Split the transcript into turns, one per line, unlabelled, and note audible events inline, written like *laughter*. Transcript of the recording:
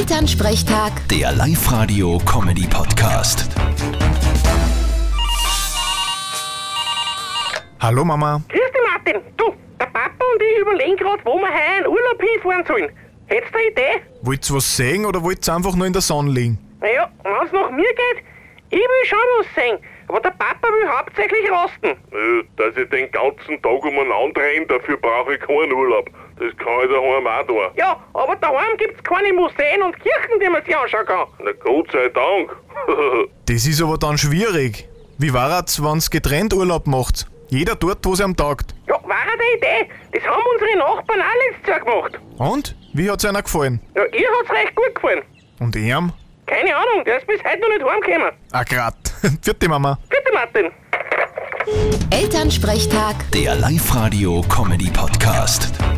Elternsprechtag,
Der Live-Radio-Comedy-Podcast.
Hallo Mama.
Grüß dich, Martin. Du, der Papa und ich überlegen gerade, wo wir heuer in Urlaub hinfahren sollen. Hättest du eine Idee?
Wollt's was sehen oder wollt's einfach nur in der Sonne liegen?
Naja, wenn es nach mir geht, ich will schon was sehen. Aber der Papa will hauptsächlich rasten.
Äh, Dass ich den ganzen Tag umeinander renne, dafür brauche ich keinen Urlaub. Das kann ich daheim auch tun.
Ja, aber daheim gibt's keine Museen und Kirchen, die man sich anschauen kann. *laughs*
Na Gott sei Dank.
Das ist aber dann schwierig. Wie war's, wenn's getrennt Urlaub macht? Jeder dort, wo's ihm taugt.
Ja, war eine Idee. Das haben unsere Nachbarn auch letztes Jahr gemacht.
Und? Wie hat's einer gefallen?
Ja, ihr hat's recht gut gefallen.
Und ihm?
Keine Ahnung, der ist bis heute noch nicht heimgekommen.
Ah, grad. *laughs* Vierte Mama.
Bitte, Martin.
Elternsprechtag.
Der Live-Radio-Comedy-Podcast.